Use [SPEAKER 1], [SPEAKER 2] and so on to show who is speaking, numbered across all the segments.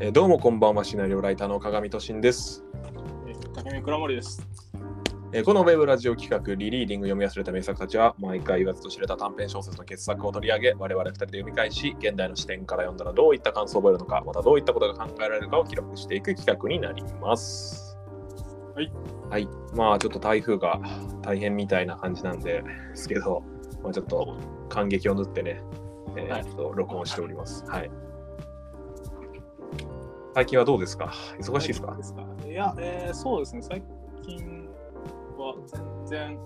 [SPEAKER 1] えーどうもこんばんは、シナリオライターの鏡俊です、
[SPEAKER 2] えー高見倉森です。
[SPEAKER 1] えーこのウェブラジオ企画、リリーディング読み忘れた名作たちは、毎回言わずと知れた短編小説の傑作を取り上げ、我々二人で読み返し、現代の視点から読んだらどういった感想を覚えるのか、またどういったことが考えられるかを記録していく企画になります。
[SPEAKER 2] はい。
[SPEAKER 1] はい。まあ、ちょっと台風が大変みたいな感じなんで、ですけど、まあ、ちょっと感激を塗ってね、えー
[SPEAKER 2] はい
[SPEAKER 1] ちょっと録音しております。はい。最近はどうですか忙しいですか
[SPEAKER 2] ですかいや、えーそうですね、最近は全然、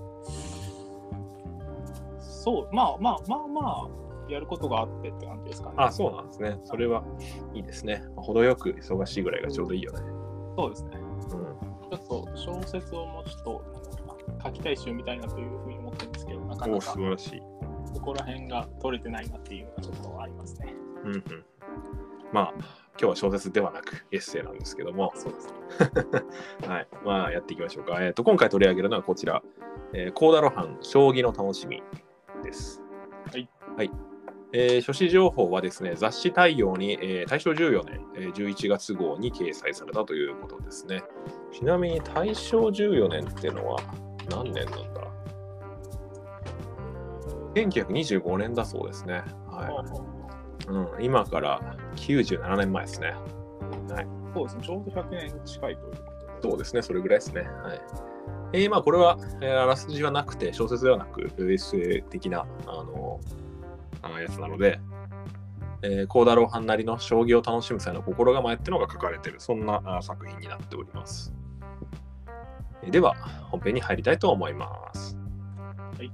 [SPEAKER 2] そう、まあまあまあまあ、やることがあってって感じですかね。
[SPEAKER 1] あ、そうなんですね。それはいいですね。程よく忙しいぐらいがちょうどいいよね。
[SPEAKER 2] そうですね。
[SPEAKER 1] うん。
[SPEAKER 2] ちょっと小説をもうちょっとなんか書きたい集みたいなというふうに思ってるんですけど、なか
[SPEAKER 1] お
[SPEAKER 2] な
[SPEAKER 1] お、
[SPEAKER 2] か
[SPEAKER 1] 素晴らしい。
[SPEAKER 2] そこら辺が取れてないなっていうのがちょっとありますね。
[SPEAKER 1] うんうん。まあ、今日は小説ではなくエッセイなんですけども、
[SPEAKER 2] そうですね。
[SPEAKER 1] はい。まあ、やっていきましょうか。えっ、と、今回取り上げるのはこちら、えー、高田露伴、将棋の楽しみです。
[SPEAKER 2] はい。
[SPEAKER 1] はい。えー書誌情報はですね、雑誌太陽に、えー大正14年、えー11月号に掲載されたということですね。ちなみに大正14年ってのは何年なんだ ?1925 年だそうですね。はい。
[SPEAKER 2] そ
[SPEAKER 1] うん、今から97年前ですね。
[SPEAKER 2] うですね、ちょうど100年近いということで。
[SPEAKER 1] そうですね、それぐらいですね。はい。えーまあこれは、えーあらすじはなくて、小説ではなく、エッセイ的な、あのあのやつなので、えー、高田露伴なりの将棋を楽しむ際の心構えっていうのが書かれてる、そんなあー作品になっております。えーでは、本編に入りたいと思います。
[SPEAKER 2] はい。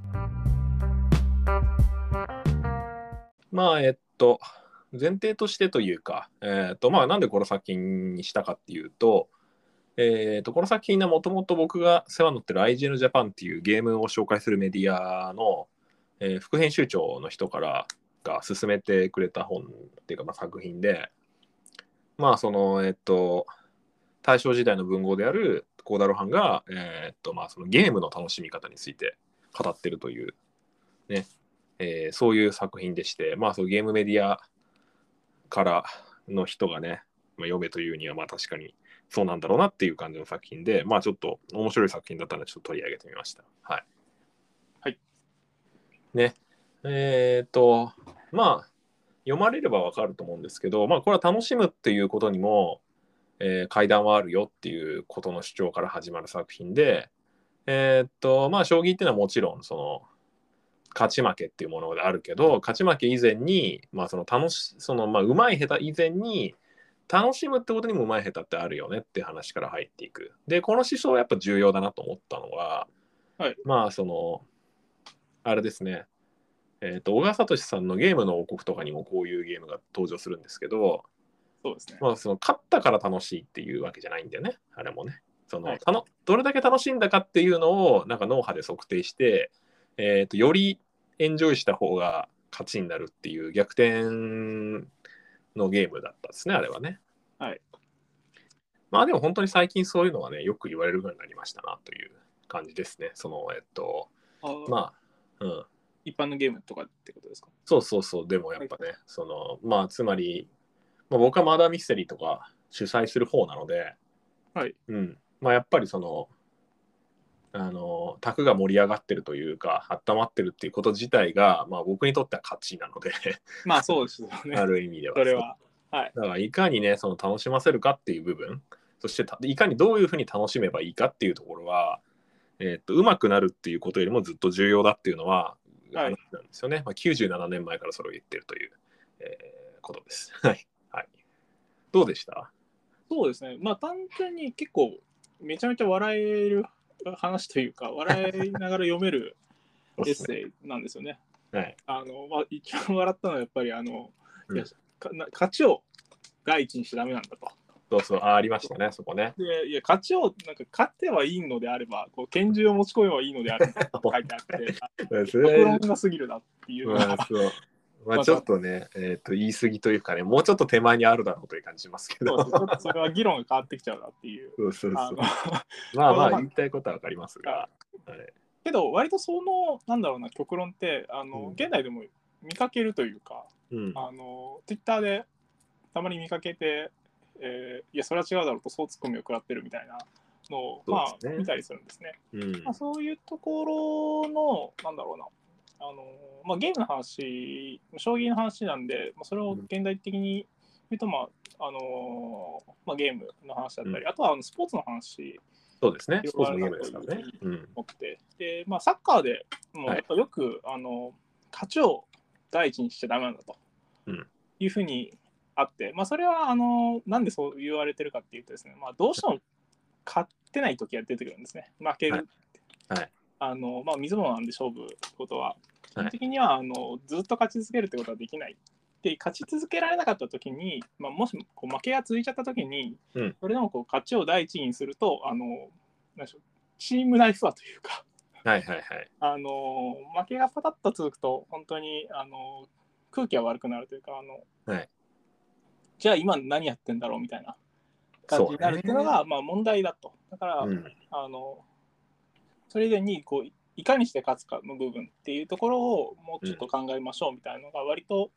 [SPEAKER 1] まあ、えっと、前提としてというか、えーっと、まあ、なんでこの作品にしたかっていうと、えー、とこの作品はもともと僕が世話になってる IGN Japan っていうゲームを紹介するメディアの、えー副編集長の人からが勧めてくれた本っていうか、まあ、作品でまあそのえっと大正時代の文豪である幸田露伴が、えーっとまあ、そのゲームの楽しみ方について語ってるという、ねえーそういう作品でして、まあ、そのゲームメディアからの人がね、まあ、読めというにはまあ確かにそうなんだろうなっていう感じの作品で、まあちょっと面白い作品だったので、ちょっと取り上げてみました。はい。
[SPEAKER 2] はい。
[SPEAKER 1] ね。えーっと、まあ、読まれればわかると思うんですけど、まあこれは楽しむっていうことにも、えー、階段はあるよっていうことの主張から始まる作品で、えーっと、まあ将棋っていうのはもちろん、その、勝ち負けっていうものであるけど勝ち負け以前にまあその楽しそのまあ上手い下手以前に楽しむってことにも上手い下手ってあるよねって話から入っていく。で、この思想はやっぱ重要だなと思ったのは、
[SPEAKER 2] はい
[SPEAKER 1] まあその、あれですね、えっ、と、小川聡さんのゲームの王国とかにもこういうゲームが登場するんですけど、
[SPEAKER 2] そうですね。
[SPEAKER 1] まあその勝ったから楽しいっていうわけじゃないんだよね、あれもね。その
[SPEAKER 2] はい
[SPEAKER 1] たのどれだけ楽しんだかっていうのをなんか脳波で測定して、えー、とよりエンジョイした方が勝ちになるっていう逆転のゲームだったですねあれはね。
[SPEAKER 2] はい、
[SPEAKER 1] まあでも本当に最近そういうのはねよく言われるようになりましたなという感じですね。そのえっと
[SPEAKER 2] あ
[SPEAKER 1] まあうん
[SPEAKER 2] 一般のゲームとかってことですか
[SPEAKER 1] そうそうそう、でもやっぱね、その、まあ、つまり、まあ、僕はマーダーミステリーとか主催する方なので、
[SPEAKER 2] はい。
[SPEAKER 1] うん。まあ、やっぱりその、あの、卓が盛り上がってるというか、温まってるっていうこと自体が、まあ、僕にとっては勝ちなので、
[SPEAKER 2] まあそうですよ ね。
[SPEAKER 1] ある意味では。
[SPEAKER 2] それは。
[SPEAKER 1] だから、いかにね、その楽しませるかっていう部分、そしてた、いかにどういうふうに楽しめばいいかっていうところは、えーっと、うまくなるっていうことよりもずっと重要だっていうのは、
[SPEAKER 2] はい
[SPEAKER 1] 話なんですよね。まあ、97年前からそれを言ってるという、えーことです。 はい。はい。どうでした
[SPEAKER 2] そうですね。まあ単純に結構めちゃめちゃ笑える話というか、 笑いながら読めるエッセイなんですよね。
[SPEAKER 1] はい。
[SPEAKER 2] あの、まあ、一番笑ったのはやっぱりあの、
[SPEAKER 1] うん
[SPEAKER 2] いやかな勝ちを第一にしちゃダメなんだと。
[SPEAKER 1] そうそう、あありましたね、そこ ね。
[SPEAKER 2] で、いや、勝ちを、なんか勝ってはいいのであれば、こう拳銃を持ち込めばいいのであればって書いてあ って、
[SPEAKER 1] そ
[SPEAKER 2] 極論が過ぎるなっていうの
[SPEAKER 1] まあ
[SPEAKER 2] が、
[SPEAKER 1] そうまあ、ちょっとね、えーっと言い過ぎというかね、もうちょっと手前にあるだろうという感じしますけ
[SPEAKER 2] そ
[SPEAKER 1] ど
[SPEAKER 2] う。ですねちょっとそれは議論が変わってきちゃうなっていう。
[SPEAKER 1] そう そう
[SPEAKER 2] あ
[SPEAKER 1] そ
[SPEAKER 2] の
[SPEAKER 1] う。まあま
[SPEAKER 2] まあ
[SPEAKER 1] あ
[SPEAKER 2] まあ
[SPEAKER 1] 言いたいことはわかりますが。はい
[SPEAKER 2] けど割とそのなんだろうな極論ってあの、
[SPEAKER 1] うん
[SPEAKER 2] 現代でも見かけるというか
[SPEAKER 1] うん、
[SPEAKER 2] あの Twitter でたまに見かけてえーいや、それは違うだろうと、そうツッコミを食らってるみたいなのを、ま
[SPEAKER 1] そうで
[SPEAKER 2] あ、
[SPEAKER 1] すね
[SPEAKER 2] 見たりするんですね。
[SPEAKER 1] うん
[SPEAKER 2] まあ、そういうところの、なんだろうな、あのまあ、ゲームの話、将棋の話なんで、まあ、それを現代的に言うと、まああのまあ、ゲームの話だったり、
[SPEAKER 1] う
[SPEAKER 2] あとはあのスポーツの話
[SPEAKER 1] そうですね。スポーツのゲームですからね。うん。
[SPEAKER 2] を持って、でまあ、サッカーでもう
[SPEAKER 1] はい
[SPEAKER 2] やっぱよく、あの勝ちを第一にしちゃダメなんだと、
[SPEAKER 1] うん
[SPEAKER 2] いうふうにあって、まあ、それはあのなんでそう言われてるかっていうとですね、まあ、どうしても勝ってない時が出てくるんですね負ける
[SPEAKER 1] はいはい
[SPEAKER 2] あのまあ、水物なんで勝負ってことは基
[SPEAKER 1] はい
[SPEAKER 2] 本的にはあのずっと勝ち続けるってことはできないで勝ち続けられなかった時に、まあ、もしこう負けが続いちゃった時に、
[SPEAKER 1] うん
[SPEAKER 2] それでもこう勝ちを第一にするとあのなんでしょうチームライフはというか
[SPEAKER 1] はいはいはい。
[SPEAKER 2] あの負けがパタッと続くと本当にあの空気が悪くなるというかあの、
[SPEAKER 1] はい
[SPEAKER 2] じゃあ今何やってんだろうみたいな感
[SPEAKER 1] そう
[SPEAKER 2] じ
[SPEAKER 1] ね
[SPEAKER 2] になるっていうのがまあ、問題だとだから、
[SPEAKER 1] うん。
[SPEAKER 2] あのそれ以前にこういいかにして勝つかの部分っていうところをもうちょっと考えましょうみたいなのが割と、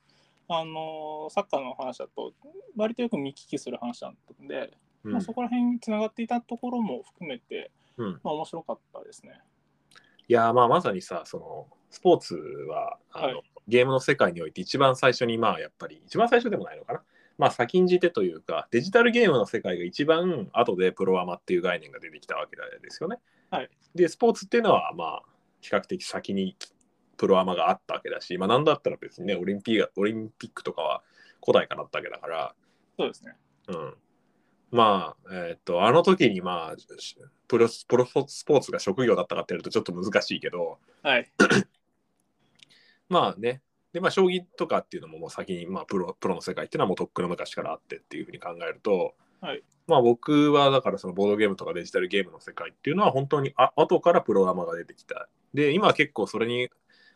[SPEAKER 2] あのサッカーの話だと割とよく見聞きする話だったんで、
[SPEAKER 1] うん
[SPEAKER 2] まあ、そこら辺につながっていたところも含めて、
[SPEAKER 1] うん
[SPEAKER 2] まあ、面白かったですね。
[SPEAKER 1] いやーまあまさにさそのスポーツはあの、
[SPEAKER 2] はい
[SPEAKER 1] ゲームの世界において一番最初にまあやっぱり一番最初でもないのかなまあ先んじてというかデジタルゲームの世界が一番後でプロアマっていう概念が出てきたわけですよね。
[SPEAKER 2] はい
[SPEAKER 1] でスポーツっていうのはまあ比較的先にプロアマがあったわけだしまあ何だったら別にねオリンピックオリンピックとかは古代からあったわけだから、
[SPEAKER 2] そうですね。
[SPEAKER 1] うんまあ、えーっと、あの時にまあ、しプロスプロスポーツが職業だったかってやるとちょっと難しいけど、
[SPEAKER 2] はい。
[SPEAKER 1] まあね、で、まあ、将棋とかっていうのももう先に、まあ、プロ、プロの世界っていうのはもうとっくの昔からあってっていうふうに考えると、
[SPEAKER 2] はい
[SPEAKER 1] まあ僕はだからそのボードゲームとかデジタルゲームの世界っていうのは本当にあ後からプロアマが出てきた。で、今は結構それに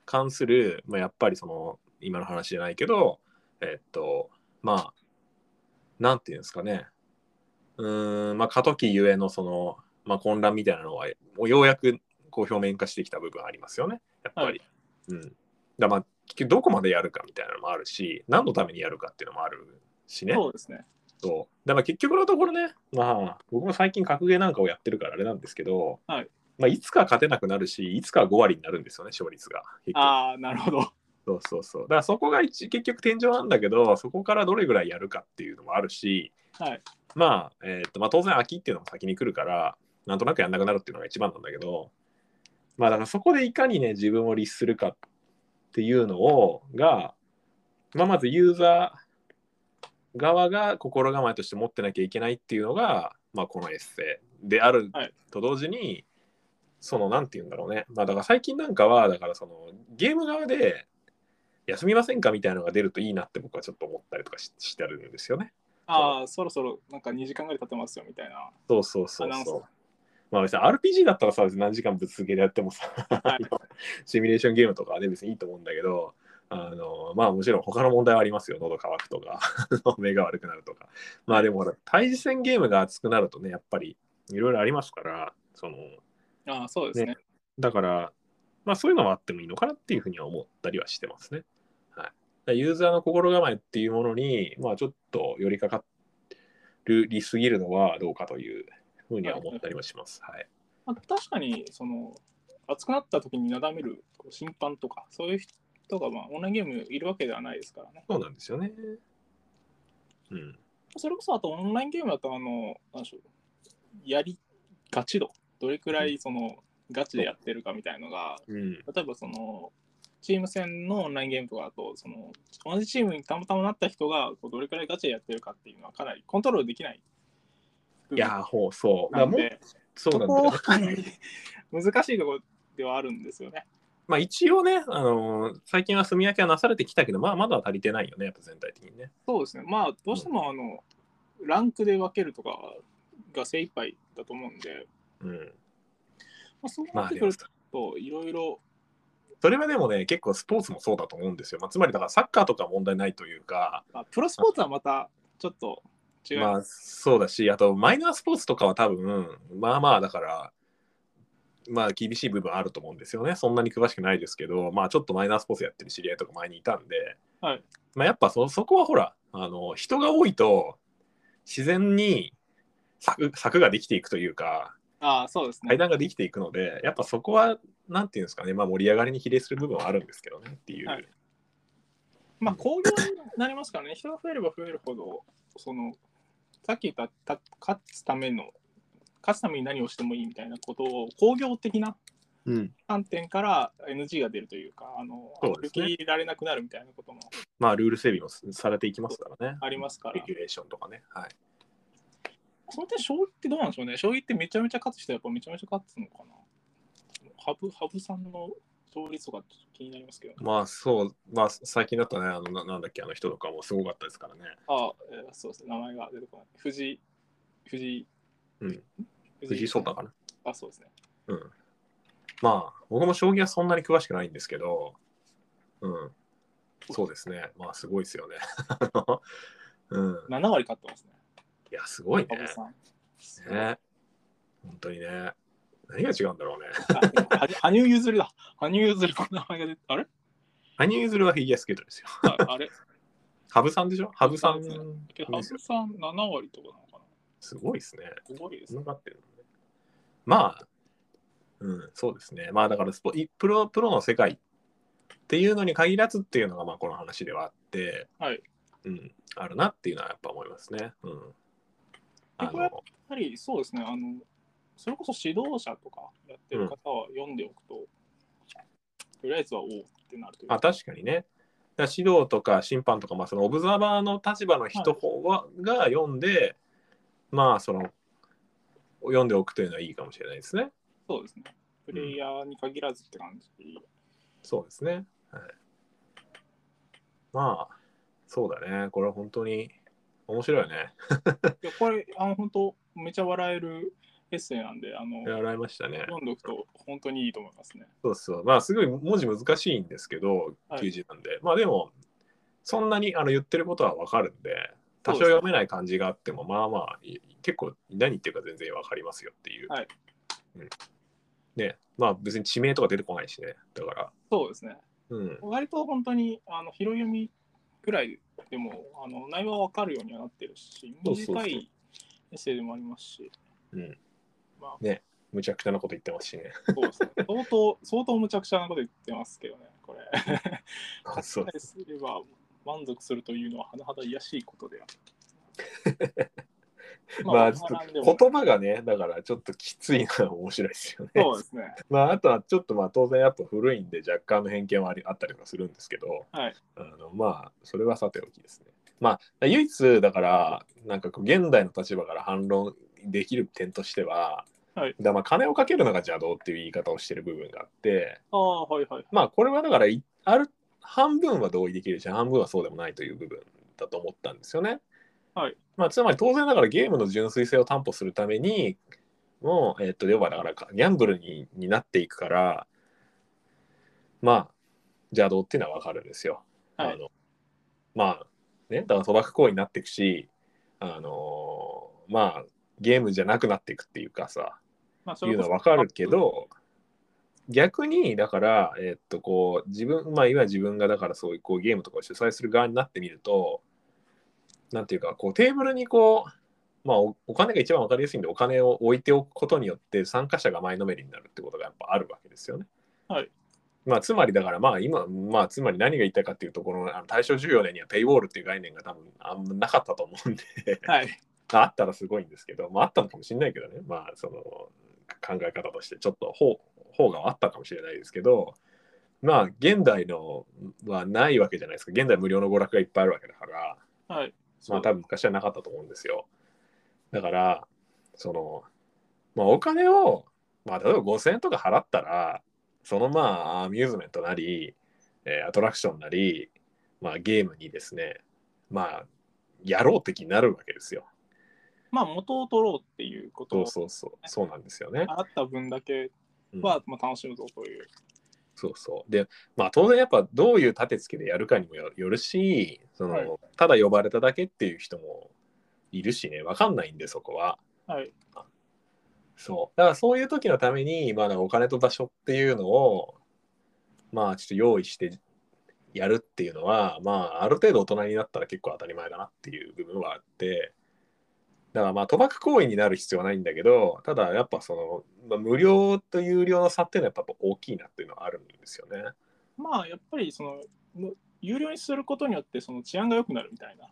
[SPEAKER 1] 関する、まあ、やっぱりその、今の話じゃないけど、えっと、まあ、なんていうんですかね。うーん、まあ、過渡期ゆえのその、まあ、混乱みたいなのは、もうようやくこう表面化してきた部分ありますよね。やっぱり。
[SPEAKER 2] はい
[SPEAKER 1] うん。だまあ、結局どこまでやるかみたいなのもあるし、何のためにやるかっていうのもあるしね。
[SPEAKER 2] そうですね。
[SPEAKER 1] そう。だから結局のところね、まあ、僕も最近格ゲーなんかをやってるからあれなんですけど、
[SPEAKER 2] はい
[SPEAKER 1] まあ、いつか勝てなくなるし、いつかは5割になるんですよね、勝率が。結局
[SPEAKER 2] ああ、なるほど。
[SPEAKER 1] そうそうそう。だからそこが一結局天井なんだけど、そこからどれぐらいやるかっていうのもあるし、
[SPEAKER 2] はい。
[SPEAKER 1] まあ、えーっと、まあ当然秋っていうのも先に来るから、なんとなくやんなくなるっていうのが一番なんだけど、まあだからそこでいかにね、自分を律するかっていうのを、が、まあまずユーザー側が心構えとして持ってなきゃいけないっていうのが、まあこのエッセイである
[SPEAKER 2] はい
[SPEAKER 1] と同時に、その、なんて言うんだろうね。まあだから最近なんかは、だからその、ゲーム側で、休みませんかみたいなのが出るといいなって僕はちょっと思ったりとかししてるんですよね。
[SPEAKER 2] ああ、そろそろなんか2時間ぐらい経ってますよみたいな。
[SPEAKER 1] そうそうそ
[SPEAKER 2] アナウ
[SPEAKER 1] う
[SPEAKER 2] ンサ
[SPEAKER 1] そ
[SPEAKER 2] ー
[SPEAKER 1] う。まあ別に RPG だったらさ、別に何時間ぶつけでやってもさ、
[SPEAKER 2] い
[SPEAKER 1] シミュレーションゲームとかはね、別にいいと思うんだけど、あの、まあもちろん他の問題はありますよ。喉乾くとか、 目が悪くなるとか。まあでもほら、対峙戦ゲームが熱くなるとね、やっぱりいろいろありますから、その、
[SPEAKER 2] ああ、そうですね。
[SPEAKER 1] ねだから、まあそういうのもあってもいいのかなっていうふうには思ったりはしてますね。はい、だからユーザーの心構えっていうものに、まあちょっと寄りかかりすぎるのはどうかというふうには思ったりもします。はい。
[SPEAKER 2] まあ、確かにその熱くなった時になだめるこう審判とかそういう人がまあオンラインゲームいるわけではないですからね
[SPEAKER 1] そうなんですよね。うん。
[SPEAKER 2] それこそあとオンラインゲームだとあのなんでしょうやりガチ度どれくらいそのガチでやってるかみたいのが
[SPEAKER 1] うん。
[SPEAKER 2] 例えばそのチーム戦のオンラインゲームとかだとその同じチームにたまたまなった人がこうどれくらいガチでやってるかっていうのはかなりコントロールできない
[SPEAKER 1] いやー、ほう、そう。だから
[SPEAKER 2] なん
[SPEAKER 1] もう
[SPEAKER 2] で
[SPEAKER 1] そうなんだよ
[SPEAKER 2] ここ
[SPEAKER 1] ね
[SPEAKER 2] はかなり難しいところではあるんですよね
[SPEAKER 1] まあ一応ね、あのー最近は住み分けはなされてきたけど、まあまだ足りてないよね、やっぱ全体的にね。
[SPEAKER 2] そうですね、まあ、どうしてもあの、ランクで分けるとかが精一杯だと思うんで、
[SPEAKER 1] うん。
[SPEAKER 2] まあ、そう
[SPEAKER 1] ま
[SPEAKER 2] な
[SPEAKER 1] あ
[SPEAKER 2] って
[SPEAKER 1] で
[SPEAKER 2] く
[SPEAKER 1] も
[SPEAKER 2] ると、いろいろ、
[SPEAKER 1] それはでもね、結構スポーツもそうだと思うんですよ。まあ、つまりだからサッカーとか問題ないというか、
[SPEAKER 2] まあ、プロスポーツはまたちょっと違う、
[SPEAKER 1] まあそうだし、あとマイナースポーツとかは多分、まあまあだから、まあ厳しい部分あると思うんですよね。そんなに詳しくないですけど、まあちょっとマイナースポーツやってる知り合いとか前にいたんで、
[SPEAKER 2] はい
[SPEAKER 1] まあやっぱそそこはほら、あの人が多いと、自然に柵柵ができていくというか
[SPEAKER 2] ああ、そうですね
[SPEAKER 1] 階。段ができていくのでやっぱそこはなんていうんですかね、まあ、盛り上がりに比例する部分はあるんですけどねっていう、
[SPEAKER 2] はいまあ、興行になりますからね、人が増えれば増えるほど、その、さっき言ったた勝つための、勝つために何をしてもいいみたいなことを、工業的な
[SPEAKER 1] うん、
[SPEAKER 2] 観点から NG が出るというか、あの、
[SPEAKER 1] そうで
[SPEAKER 2] 受
[SPEAKER 1] すね
[SPEAKER 2] け入れられなくなるみたいなことも
[SPEAKER 1] まあルール整備もされていきますからね
[SPEAKER 2] ありますから
[SPEAKER 1] レ、ギュレーションとかねはい
[SPEAKER 2] その点、将棋ってどうなんでしょうね、将棋ってめちゃめちゃ勝つ人はやっぱめちゃめちゃ勝つのかな。羽生羽生さんの勝率とかちょっと気になりますけど、
[SPEAKER 1] まあそうまあ最近だとねあのななんだっけあの人とかもすごかったですからね
[SPEAKER 2] ああ、えーそうですね、名前が出てこない。藤井、藤井、
[SPEAKER 1] うん藤井聡太かな
[SPEAKER 2] あ、そうですね。
[SPEAKER 1] うんまあ僕も将棋はそんなに詳しくないんですけどうんそうですねまあすごいですよね うん
[SPEAKER 2] 7割勝ってますね。
[SPEAKER 1] いやすごいね
[SPEAKER 2] 羽生さん。
[SPEAKER 1] ね本当にね何が違うんだろうね
[SPEAKER 2] あは羽生結弦だ。羽生結弦の名前が出て、あれ
[SPEAKER 1] 羽生結弦はフィギュアスケートですよ
[SPEAKER 2] ああれ
[SPEAKER 1] 羽生さんでしょ羽生さん
[SPEAKER 2] 羽
[SPEAKER 1] で
[SPEAKER 2] 生さえ
[SPEAKER 1] すよ
[SPEAKER 2] 羽生さん7割とかなのかな
[SPEAKER 1] すごいですね
[SPEAKER 2] すごいですね。
[SPEAKER 1] 繋がってるのねまあ、うん、そうですね。まあだからスポいプロ、プロの世界っていうのに限らずっていうのが、まあこの話ではあって、
[SPEAKER 2] はい
[SPEAKER 1] うん、あるなっていうのはやっぱ思いますね。うん。あ
[SPEAKER 2] これ
[SPEAKER 1] の、
[SPEAKER 2] やっぱりそうですね、あの、それこそ指導者とかやってる方は読んでおくと、とりあえずはおおってなるというか
[SPEAKER 1] あ、確かにね。だから指導とか審判とか、まあそのオブザーバーの立場の人は、が読んで、まあその、読んでおくというのはいいかもしれないですね。
[SPEAKER 2] そうですね。プレイヤーに限らずって感じ。
[SPEAKER 1] そうですね。はい、まあ、そうだね。これは本当に面白いよね。
[SPEAKER 2] いやこれ、あの、本当めちゃ笑えるエッセイなんで、あの、
[SPEAKER 1] やられましたね。
[SPEAKER 2] 読んでおくと本当にいいと思いますね。
[SPEAKER 1] そうそう。まあ、すごい文字難しいんですけど、
[SPEAKER 2] はい
[SPEAKER 1] 90なんで。まあ、でも、そんなにあの言ってることはわかるんで、多少
[SPEAKER 2] そうですね
[SPEAKER 1] 読めない感じがあっても、まあまあ、い結構何言ってるか全然わかりますよっていう。
[SPEAKER 2] はい
[SPEAKER 1] うん、ね、まあ別に地名とか出てこないしね。だから、
[SPEAKER 2] そうですね。
[SPEAKER 1] うん、
[SPEAKER 2] 割と本当にあの広読みくらいでもあの内容は分かるようにはなってるし
[SPEAKER 1] そうそうそう
[SPEAKER 2] 短いエッセイでもありますし
[SPEAKER 1] うん、
[SPEAKER 2] ま
[SPEAKER 1] むちゃくちゃなこと言ってますしね。
[SPEAKER 2] あそうですね相当相当無茶苦茶なこと言ってますけどねこれ
[SPEAKER 1] そう
[SPEAKER 2] 勝ちさえすれば満足するというのは甚だ癒しいことであ る
[SPEAKER 1] まあ、ち
[SPEAKER 2] 学
[SPEAKER 1] ょ
[SPEAKER 2] んでも
[SPEAKER 1] っと言葉がね、だからちょっときついのが面白いですよね。
[SPEAKER 2] そうですね
[SPEAKER 1] まあ、あとはちょっとまあ当然やっぱ古いんで若干の偏見はありあったりとかするんですけど、
[SPEAKER 2] はい
[SPEAKER 1] あのまあそれはさておきですね。まあ唯一だからなんかこう現代の立場から反論できる点としては、
[SPEAKER 2] はい
[SPEAKER 1] だからまあ金をかけるのが邪道っていう言い方をしてる部分があって
[SPEAKER 2] ああはいはい
[SPEAKER 1] まあこれはだからいある半分は同意できるし半分はそうでもないという部分だと思ったんですよね。
[SPEAKER 2] はい
[SPEAKER 1] まあ、つまり当然だからゲームの純粋性を担保するためにもう、えっと要はだからギャンブルにになっていくからまあ邪道っていうのは分かるんですよ。
[SPEAKER 2] はい
[SPEAKER 1] あのまあねだから賭博行為になっていくしあのーまあゲームじゃなくなっていくっていうかさ、
[SPEAKER 2] まあ
[SPEAKER 1] いうのはわかるけど逆にだからえっとこう自分まあ今自分がだからそういうこうゲームとかを主催する側になってみるとなんていうかこうテーブルにこうまあおお金が一番わかりやすいんでお金を置いておくことによって参加者が前のめりになるってことがやっぱあるわけですよね。
[SPEAKER 2] はい
[SPEAKER 1] まあ、つまりだからまあ今まあつまり何が言いたいかっていうとこのあの大正14年にはペイウォールっていう概念が多分あんまなかったと思うんで
[SPEAKER 2] はい
[SPEAKER 1] あったらすごいんですけど、まあ、あったのかもしれないけどね、まあ、その考え方としてちょっと方方があったかもしれないですけど、まあ、現代のはないわけじゃないですか。現代無料の娯楽がいっぱいあるわけだから、
[SPEAKER 2] はい
[SPEAKER 1] まあ、多分昔はなかったと思うんですよ。だから、その、まあ、お金を、まあ、例えば5000円とか払ったら、そのまあ、アミューズメントなり、えーアトラクションなり、まあ、ゲームにですね、まあ、やろう的になるわけですよ。
[SPEAKER 2] まあ元を取ろうっていうこ
[SPEAKER 1] そ
[SPEAKER 2] と
[SPEAKER 1] うそうそう、そうなんですよね。
[SPEAKER 2] あった分だけ
[SPEAKER 1] うん
[SPEAKER 2] は、まあ、楽しむぞという
[SPEAKER 1] そうそう。で、まあ当然やっぱどういう立て付けでやるかにもよよるし、その、
[SPEAKER 2] はい
[SPEAKER 1] ただ呼ばれただけっていう人もいるしね、わかんないんでそこは。
[SPEAKER 2] はい
[SPEAKER 1] そう。だからそういう時のために、まあなんかお金と場所っていうのを、まあちょっと用意してやるっていうのは、まあある程度大人になったら結構当たり前だなっていう部分はあって、だからまあ賭博行為になる必要はないんだけどただやっぱその、まあ、無料と有料の差っていうのはやっぱ大きいなっていうのはあるんですよね。
[SPEAKER 2] まあやっぱりそのの有料にすることによってその治安が良くなるみたいない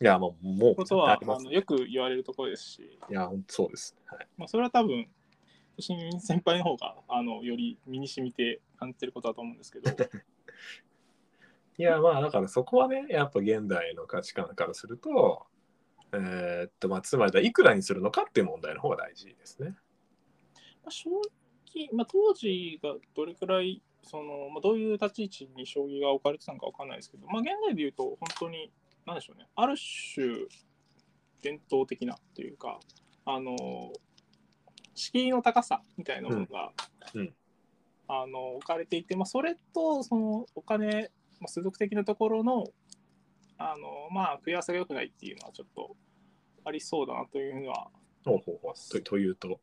[SPEAKER 1] やもうもう
[SPEAKER 2] こと
[SPEAKER 1] 絶対
[SPEAKER 2] は
[SPEAKER 1] あ
[SPEAKER 2] あ
[SPEAKER 1] ります
[SPEAKER 2] のよく言われるところですし、
[SPEAKER 1] いや本当そうです、はい。
[SPEAKER 2] まあ、それは多分新先輩の方があのより身に染みて感じてることだと思うんですけど
[SPEAKER 1] いやまあだからそこはねやっぱ現代の価値観からするとえーっとまあつまりだいくらにするのかっていう問題の方が大事ですね。
[SPEAKER 2] まあ正直、まあ、当時がどれくらいその、まあ、どういう立ち位置に将棋が置かれてたのかわかんないですけど、まあ、現代で言うと本当に何でしょうねある種伝統的なというかあの敷居の高さみたいなものが、
[SPEAKER 1] うんうん
[SPEAKER 2] あの置かれていて、まあ、それとそのお金、まあ、世俗的なところのあのまあ食い合わせが良くないっていうのはちょっとありそうだなというふうには
[SPEAKER 1] ほうほうほうとというと。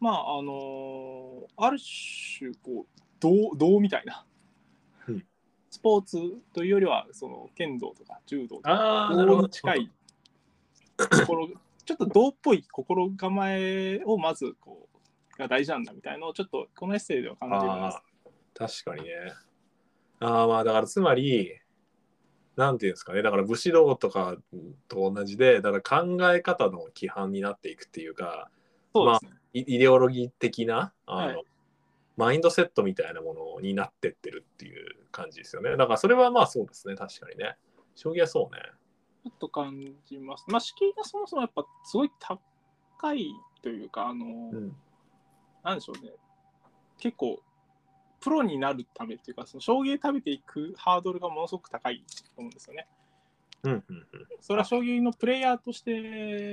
[SPEAKER 2] まああのーある種こう道道みたいな、
[SPEAKER 1] うん
[SPEAKER 2] スポーツというよりはその剣道とか柔道とか
[SPEAKER 1] あー
[SPEAKER 2] 道に近い心ちょっと道っぽい心構えをまずこうが大事なんだみたいのをちょっとこのエッセイでは感じるんです
[SPEAKER 1] あ。あー、確かにね。ああ、まあだからつまり、なんていうんですかね、だから武士道とかと同じで、だから考え方の規範になっていくっていうか、
[SPEAKER 2] そうですね、
[SPEAKER 1] イイデオロギー的なあの、
[SPEAKER 2] はい
[SPEAKER 1] マインドセットみたいなものになってってるっていう感じですよね。だからそれはまあそうですね、確かにね。将棋はそうね。
[SPEAKER 2] ちょっと感じます。まあ敷居がそもそもやっぱすごい高いというかあのー
[SPEAKER 1] うん、
[SPEAKER 2] なんでしょうね結構プロになるためっていうかその将棋で食べていくハードルがものすごく高いと思うんですよね。
[SPEAKER 1] うん、うん。
[SPEAKER 2] それは将棋のプレイヤーとして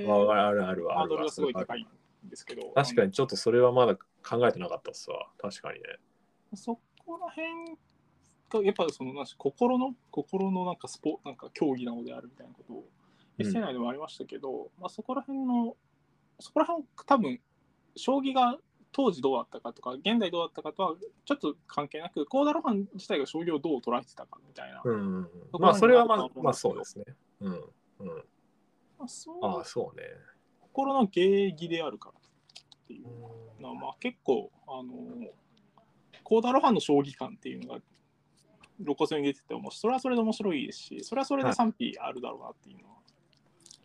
[SPEAKER 1] うん
[SPEAKER 2] ハ
[SPEAKER 1] ああるあるあるあ
[SPEAKER 2] ードル
[SPEAKER 1] る
[SPEAKER 2] がすごい高いんですけど
[SPEAKER 1] 確か
[SPEAKER 2] に
[SPEAKER 1] にちょっとそれはまだ考えてなかったっすわ。確かにね。
[SPEAKER 2] そこら辺がやっぱそのなんし心の心のなんかスポなんか競技なのであるみたいなことをエッセイ内でもありましたけど、まあ、そこら辺のそこら辺を多分将棋が当時どうだったかとか現代どうだったかとはちょっと関係なく幸田露伴自体が将棋をどう捉えてたかみたいな、
[SPEAKER 1] うんうん
[SPEAKER 2] そこ
[SPEAKER 1] うん、
[SPEAKER 2] まで
[SPEAKER 1] まあそれはま
[SPEAKER 2] な
[SPEAKER 1] あ
[SPEAKER 2] ると思うん
[SPEAKER 1] まあ
[SPEAKER 2] ですけ
[SPEAKER 1] そう
[SPEAKER 2] ど
[SPEAKER 1] ですね。うんうん、
[SPEAKER 2] まあ、そう
[SPEAKER 1] ああそうね。
[SPEAKER 2] 心の芸儀であるからっていうのはまあ結構あの幸田露伴の将棋観っていうのが露骨に出てて面白いそれはそれで面白いですしそれはそれで賛否あるだろうなっていうの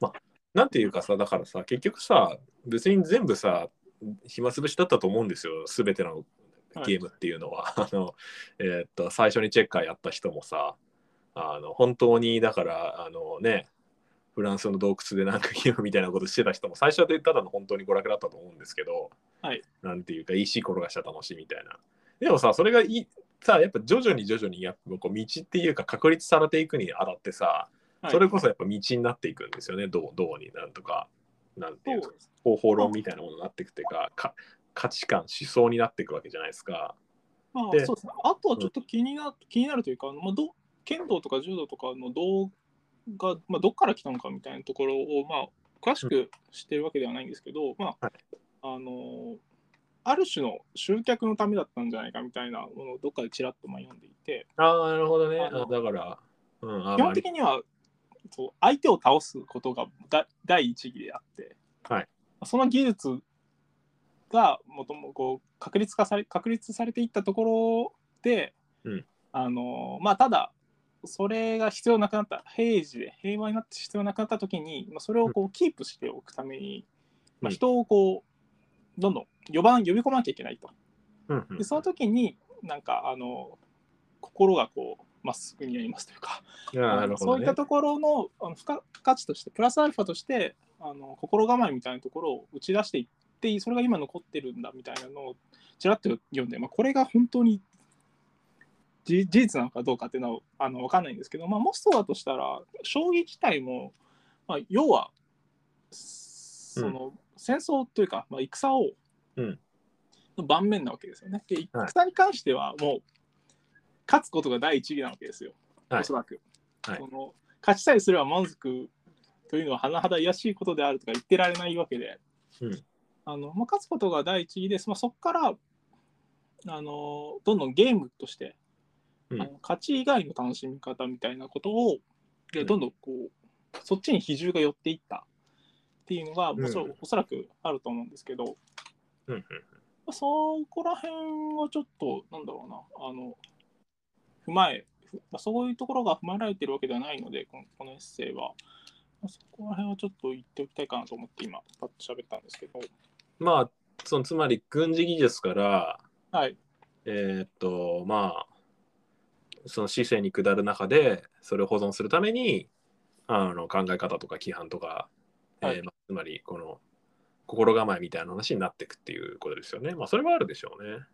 [SPEAKER 2] は、
[SPEAKER 1] なんていうかさだからさ結局さ別に全部さ暇つぶしだったと思うんですよ全てのゲームっていうのは。 あのえーっと最初にチェッカーやった人もさあの本当にだからあのねフランスの洞窟でなんかゲームみたいなことしてた人も最初はただの本当に娯楽だったと思うんですけど、
[SPEAKER 2] はい
[SPEAKER 1] なんていうか石転がした楽しいみたいな。でもさそれがいいさやっぱ徐々に徐々にやっぱこう道っていうか確立されていくにあたってさ、
[SPEAKER 2] はい
[SPEAKER 1] それこそやっぱ道になっていくんですよねどうどうになんとかなんていう
[SPEAKER 2] そ
[SPEAKER 1] か
[SPEAKER 2] うです
[SPEAKER 1] 方法論みたいなものになっていくっていうかか価値観思想になっていくわけじゃないですか。
[SPEAKER 2] まあ、
[SPEAKER 1] で
[SPEAKER 2] そうですね。あとはちょっと気にな,、気になるというか、あのまあ、ど剣道とか柔道とかの動画、まあ、どっから来たのかみたいなところを、まあ、詳しく知ってるわけではないんですけど、まあ
[SPEAKER 1] はい
[SPEAKER 2] あのある種の集客のためだったんじゃないかみたいなものをどっかでちらっとまあ読んでいて、
[SPEAKER 1] ああなるほどね。
[SPEAKER 2] あの
[SPEAKER 1] あだから、うん、あ
[SPEAKER 2] 基本的
[SPEAKER 1] ま
[SPEAKER 2] にはそう相手を倒すことがだ第一義であって、
[SPEAKER 1] はい
[SPEAKER 2] その技術がもともこう確立化され確立されていったところで、
[SPEAKER 1] うん
[SPEAKER 2] あのまあ、ただそれが必要なくなった平時で平和になって必要なくなった時に、まあ、それをこうキープしておくために、ま
[SPEAKER 1] う
[SPEAKER 2] あ、
[SPEAKER 1] ん
[SPEAKER 2] 人をこうどんどん呼ばん呼び込まなきゃいけないと。
[SPEAKER 1] あうんうん
[SPEAKER 2] でその時になんかあの心がこうまっすぐになりますというか
[SPEAKER 1] いやなるほ
[SPEAKER 2] そ
[SPEAKER 1] ど
[SPEAKER 2] ういっ
[SPEAKER 1] ね
[SPEAKER 2] た。ところのあの付加付加価値としてプラスアルファとしてあの心構えみたいなところを打ち出していってそれが今残ってるんだみたいなのをちらっと読んで、まあ、これが本当にじ事実なのかどうかっていうのはあの分かんないんですけど、まあ、もしそうだとしたら将棋自体も、まあ、要はその、戦争というか、まあ、戦を、
[SPEAKER 1] うん
[SPEAKER 2] の盤面なわけですよね。で
[SPEAKER 1] はい
[SPEAKER 2] 戦に関してはもう勝つことが第一義なわけですよ、
[SPEAKER 1] はい
[SPEAKER 2] おそらく。
[SPEAKER 1] はい
[SPEAKER 2] その勝ちさえすれば満足というのは甚だ卑しいことであるとか言ってられないわけで、
[SPEAKER 1] うん
[SPEAKER 2] あのまあ、勝つことが第一義です、まあ、そこからあのどんどんゲームとして、
[SPEAKER 1] うん
[SPEAKER 2] あの勝ち以外の楽しみ方みたいなことを、
[SPEAKER 1] う
[SPEAKER 2] で
[SPEAKER 1] ん
[SPEAKER 2] どんどんこうそっちに比重が寄っていったっていうのが、
[SPEAKER 1] ん
[SPEAKER 2] おそらおそらくあると思うんですけど、
[SPEAKER 1] うんうん
[SPEAKER 2] そこら辺はちょっと、なんだろうな、あの、踏まえ、ふまあ、そういうところが踏まえられてるわけではないので、このこのエッセイは。まあそこら辺はちょっと言っておきたいかなと思って、今、パッと喋ったんですけど、
[SPEAKER 1] まあそのつまり軍事技術から
[SPEAKER 2] はい、
[SPEAKER 1] えーっとまあその市政に下る中でそれを保存するためにあの考え方とか規範とか、
[SPEAKER 2] はい
[SPEAKER 1] えーまあ、つまりこの心構えみたいな話になっていくっていうことですよね。まあそれはあるでしょうね。